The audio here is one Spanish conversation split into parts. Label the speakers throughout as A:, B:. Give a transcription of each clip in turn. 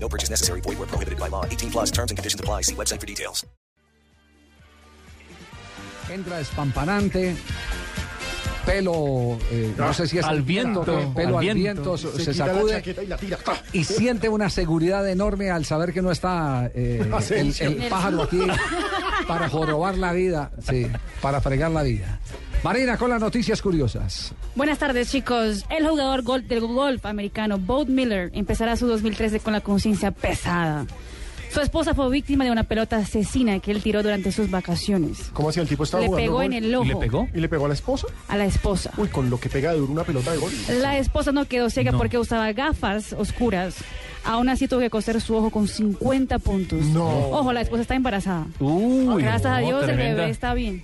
A: No purchase necessary. Void where prohibited by law. 18 plus terms and conditions apply. See website for details.
B: Entra espampanante, pelo, eh, no sé si es
C: Al viento,
B: eh, pelo al,
C: al
B: viento,
C: viento.
B: se,
D: Se,
B: se
D: quita la
B: sacude
D: chaqueta y la tira.
B: y siente una seguridad enorme al saber que no está eh, el, el pájaro aquí para jorobar la vida, sí, para fregar la vida. Marina, con las noticias curiosas.
E: Buenas tardes, chicos. El jugador gol del golf americano, Bob Miller, empezará su 2013 con la conciencia pesada. Su esposa fue víctima de una pelota asesina que él tiró durante sus vacaciones.
D: ¿Cómo así? El tipo estaba
E: Le
D: jugando
E: pegó
D: gol
E: en el ojo
C: ¿Y le pegó?
D: ¿Y le pegó a la esposa?
E: a la esposa.
D: Uy, con lo que pega de duro una pelota de gol.
E: La esposa no quedó ciega porque usaba gafas oscuras. Aún así tuvo que coser su ojo con 50 puntos.
D: No.
E: Ojo, la esposa está embarazada.
C: Uy,
E: Oh, Gracias a
C: no,
E: Dios el
C: tremenda.
E: bebé está bien.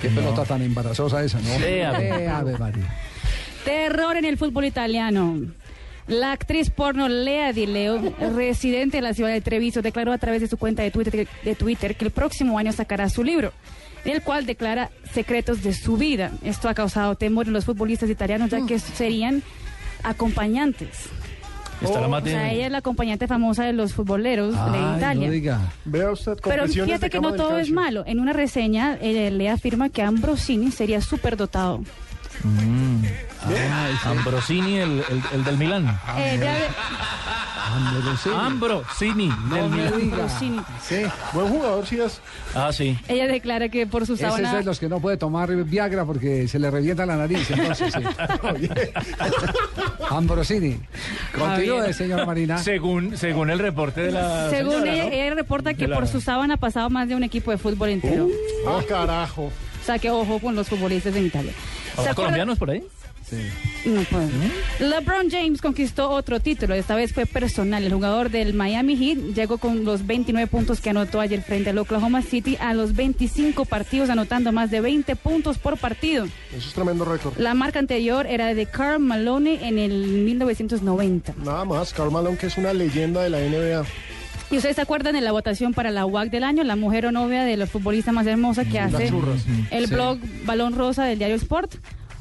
B: Qué pelota tan embarazosa esa, ¿no?
C: Sí, Ave.
B: Eh, Ave María.
E: Terror en el fútbol italiano. La actriz porno Lea Di Leo, residente de la ciudad de Treviso, declaró a través de su cuenta de Twitter, de Twitter que el próximo año sacará su libro, en el cual declara secretos de su vida. Esto ha causado temor en los futbolistas italianos, ya que serían acompañantes.
C: Está la
E: Oh, O sea, ella
C: mate.
E: es la acompañante famosa de los futboleros de
B: Ay,
E: Italia.
B: no diga.
D: Vea usted,
E: Pero
D: confesiones
E: fíjate
D: de
E: que
D: cama
E: no
D: del
E: todo es
D: calcio.
E: malo. En una reseña, eh, Lea afirma que Ambrosini sería superdotado.
C: Ah, Ambrosini, el, el, el del Milán.
D: Ah,
E: Ella de-
C: Ambrosini, del
B: me
C: Milán.
B: diga.
E: Ambrosini.
B: Sí,
D: Buen jugador, sí es.
C: Ah, sí.
E: Ella declara que por su
B: ese es
E: sábana.
B: de los que no puede tomar Viagra porque se le revienta la nariz, entonces sí. Ambrosini. Continúe,
E: bien.
B: señora Marina.
C: Según, según el reporte de la.
E: Según
C: señora,
E: ella,
C: ¿no?
E: ella reporta que
C: De la-
E: por su sábana ha pasado más de un equipo de fútbol entero.
B: Uh.
D: Ah, carajo.
E: O sea que ojo con los futbolistas en Italia. ¿Se
C: ¿Habrá
E: acuerdan-
C: colombianos por ahí?
E: No puedo.
B: ¿Eh?
E: LeBron James conquistó otro título. Esta vez fue personal. El jugador del Miami Heat llegó con los 29 puntos que anotó ayer frente al Oklahoma City a los 25 partidos, anotando más de 20 puntos por partido.
D: Eso es tremendo récord.
E: La marca anterior era de Carl Malone en el 1990.
D: Nada más, Karl Malone, que es una leyenda de la NBA.
E: ¿Y ustedes se acuerdan de la votación para la UAC del año? La mujer o novia de la futbolista más hermosa que hace
D: churras.
E: el blog Balón Rosa del diario Sport.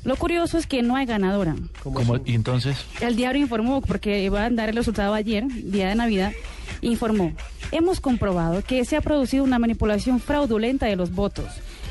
E: Lo curioso es que no hay ganadora.
C: Como- ¿Y entonces?
E: El diario informó, porque iba a dar el resultado ayer, día de Navidad, informó, hemos comprobado que se ha producido una manipulación fraudulenta de los votos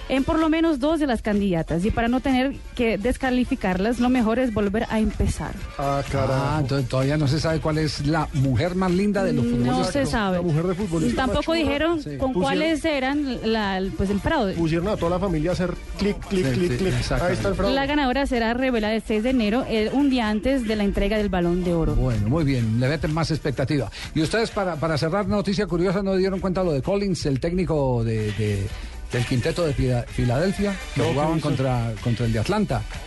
E: en por lo menos dos de las candidatas y para no tener que descalificarlas, lo mejor es volver a empezar.
D: Ah,
B: Ah,
D: carajo.
B: entonces todavía no se sabe cuál es la mujer más linda de los
E: No
B: futbolistas.
E: se sabe.
D: La mujer de futbolista.
E: Tampoco
D: Una churra.
E: dijeron
B: Sí.
E: con
D: Pusieron-
E: cuáles eran la, el- pues el fraude.
D: Pusieron a toda la familia a hacer clic, clic,
B: Sí, sí,
D: clic, clic.
B: exactamente.
D: Ahí está el fraude.
E: La ganadora será revelada el 6 de enero, el- un día antes de la entrega del Balón de Oro.
B: Bueno, muy bien, le meten más expectativa. Y ustedes, para, para cerrar noticia curiosa, ¿no dieron cuenta lo de Collins, el técnico de, de- del quinteto de Fila- Filadelfia, que jugaban contra, contra el de Atlanta?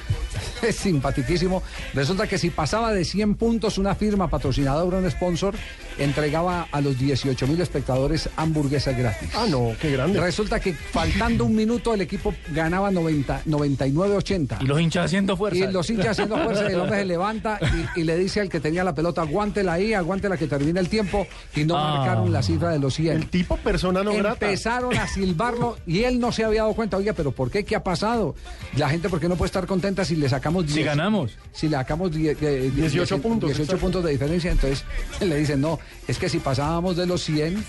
B: Es simpaticísimo. Resulta que si pasaba de 100 puntos una firma patrocinadora, un sponsor, entregaba a los 18 mil espectadores hamburguesas gratis.
D: Ah, no, qué grande.
B: Resulta que faltando un minuto el equipo ganaba 90, 99-80.
C: Y los hinchas haciendo fuerza.
B: Y los hinchas haciendo fuerza y el hombre se levanta y, y le dice al que tenía la pelota, aguántela ahí, aguántela que termina el tiempo y no
C: Ah.
B: marcaron la cifra de los 100.
D: El tipo persona no grata.
B: Empezaron a silbarlo y él no se había dado cuenta. Oiga, pero ¿por qué? ¿Qué ha pasado? La gente, ¿por qué no puede estar contenta si le sacamos
C: Si
B: 10?
C: ganamos.
B: Si le sacamos 10, eh,
D: 18
B: 10,
D: puntos,
B: 18
D: exacto.
B: puntos de diferencia. Entonces le dicen, no, es que si pasábamos de los 100,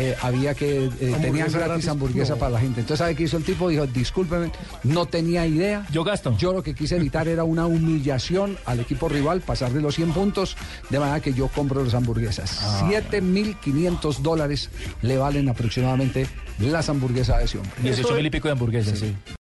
B: eh, había que. eh, tenían gratis,
D: gratis.
B: hamburguesa
D: No.
B: para la gente. Entonces, ¿sabe qué hizo el tipo? Dijo, discúlpeme, no tenía idea.
C: Yo gasto.
B: Yo lo que quise evitar era una humillación al equipo rival, pasar de los 100 puntos, de manera que yo compro las hamburguesas. 7.500 dólares le valen aproximadamente las hamburguesas a ese hombre.
C: 18 mil y pico de hamburguesas, sí.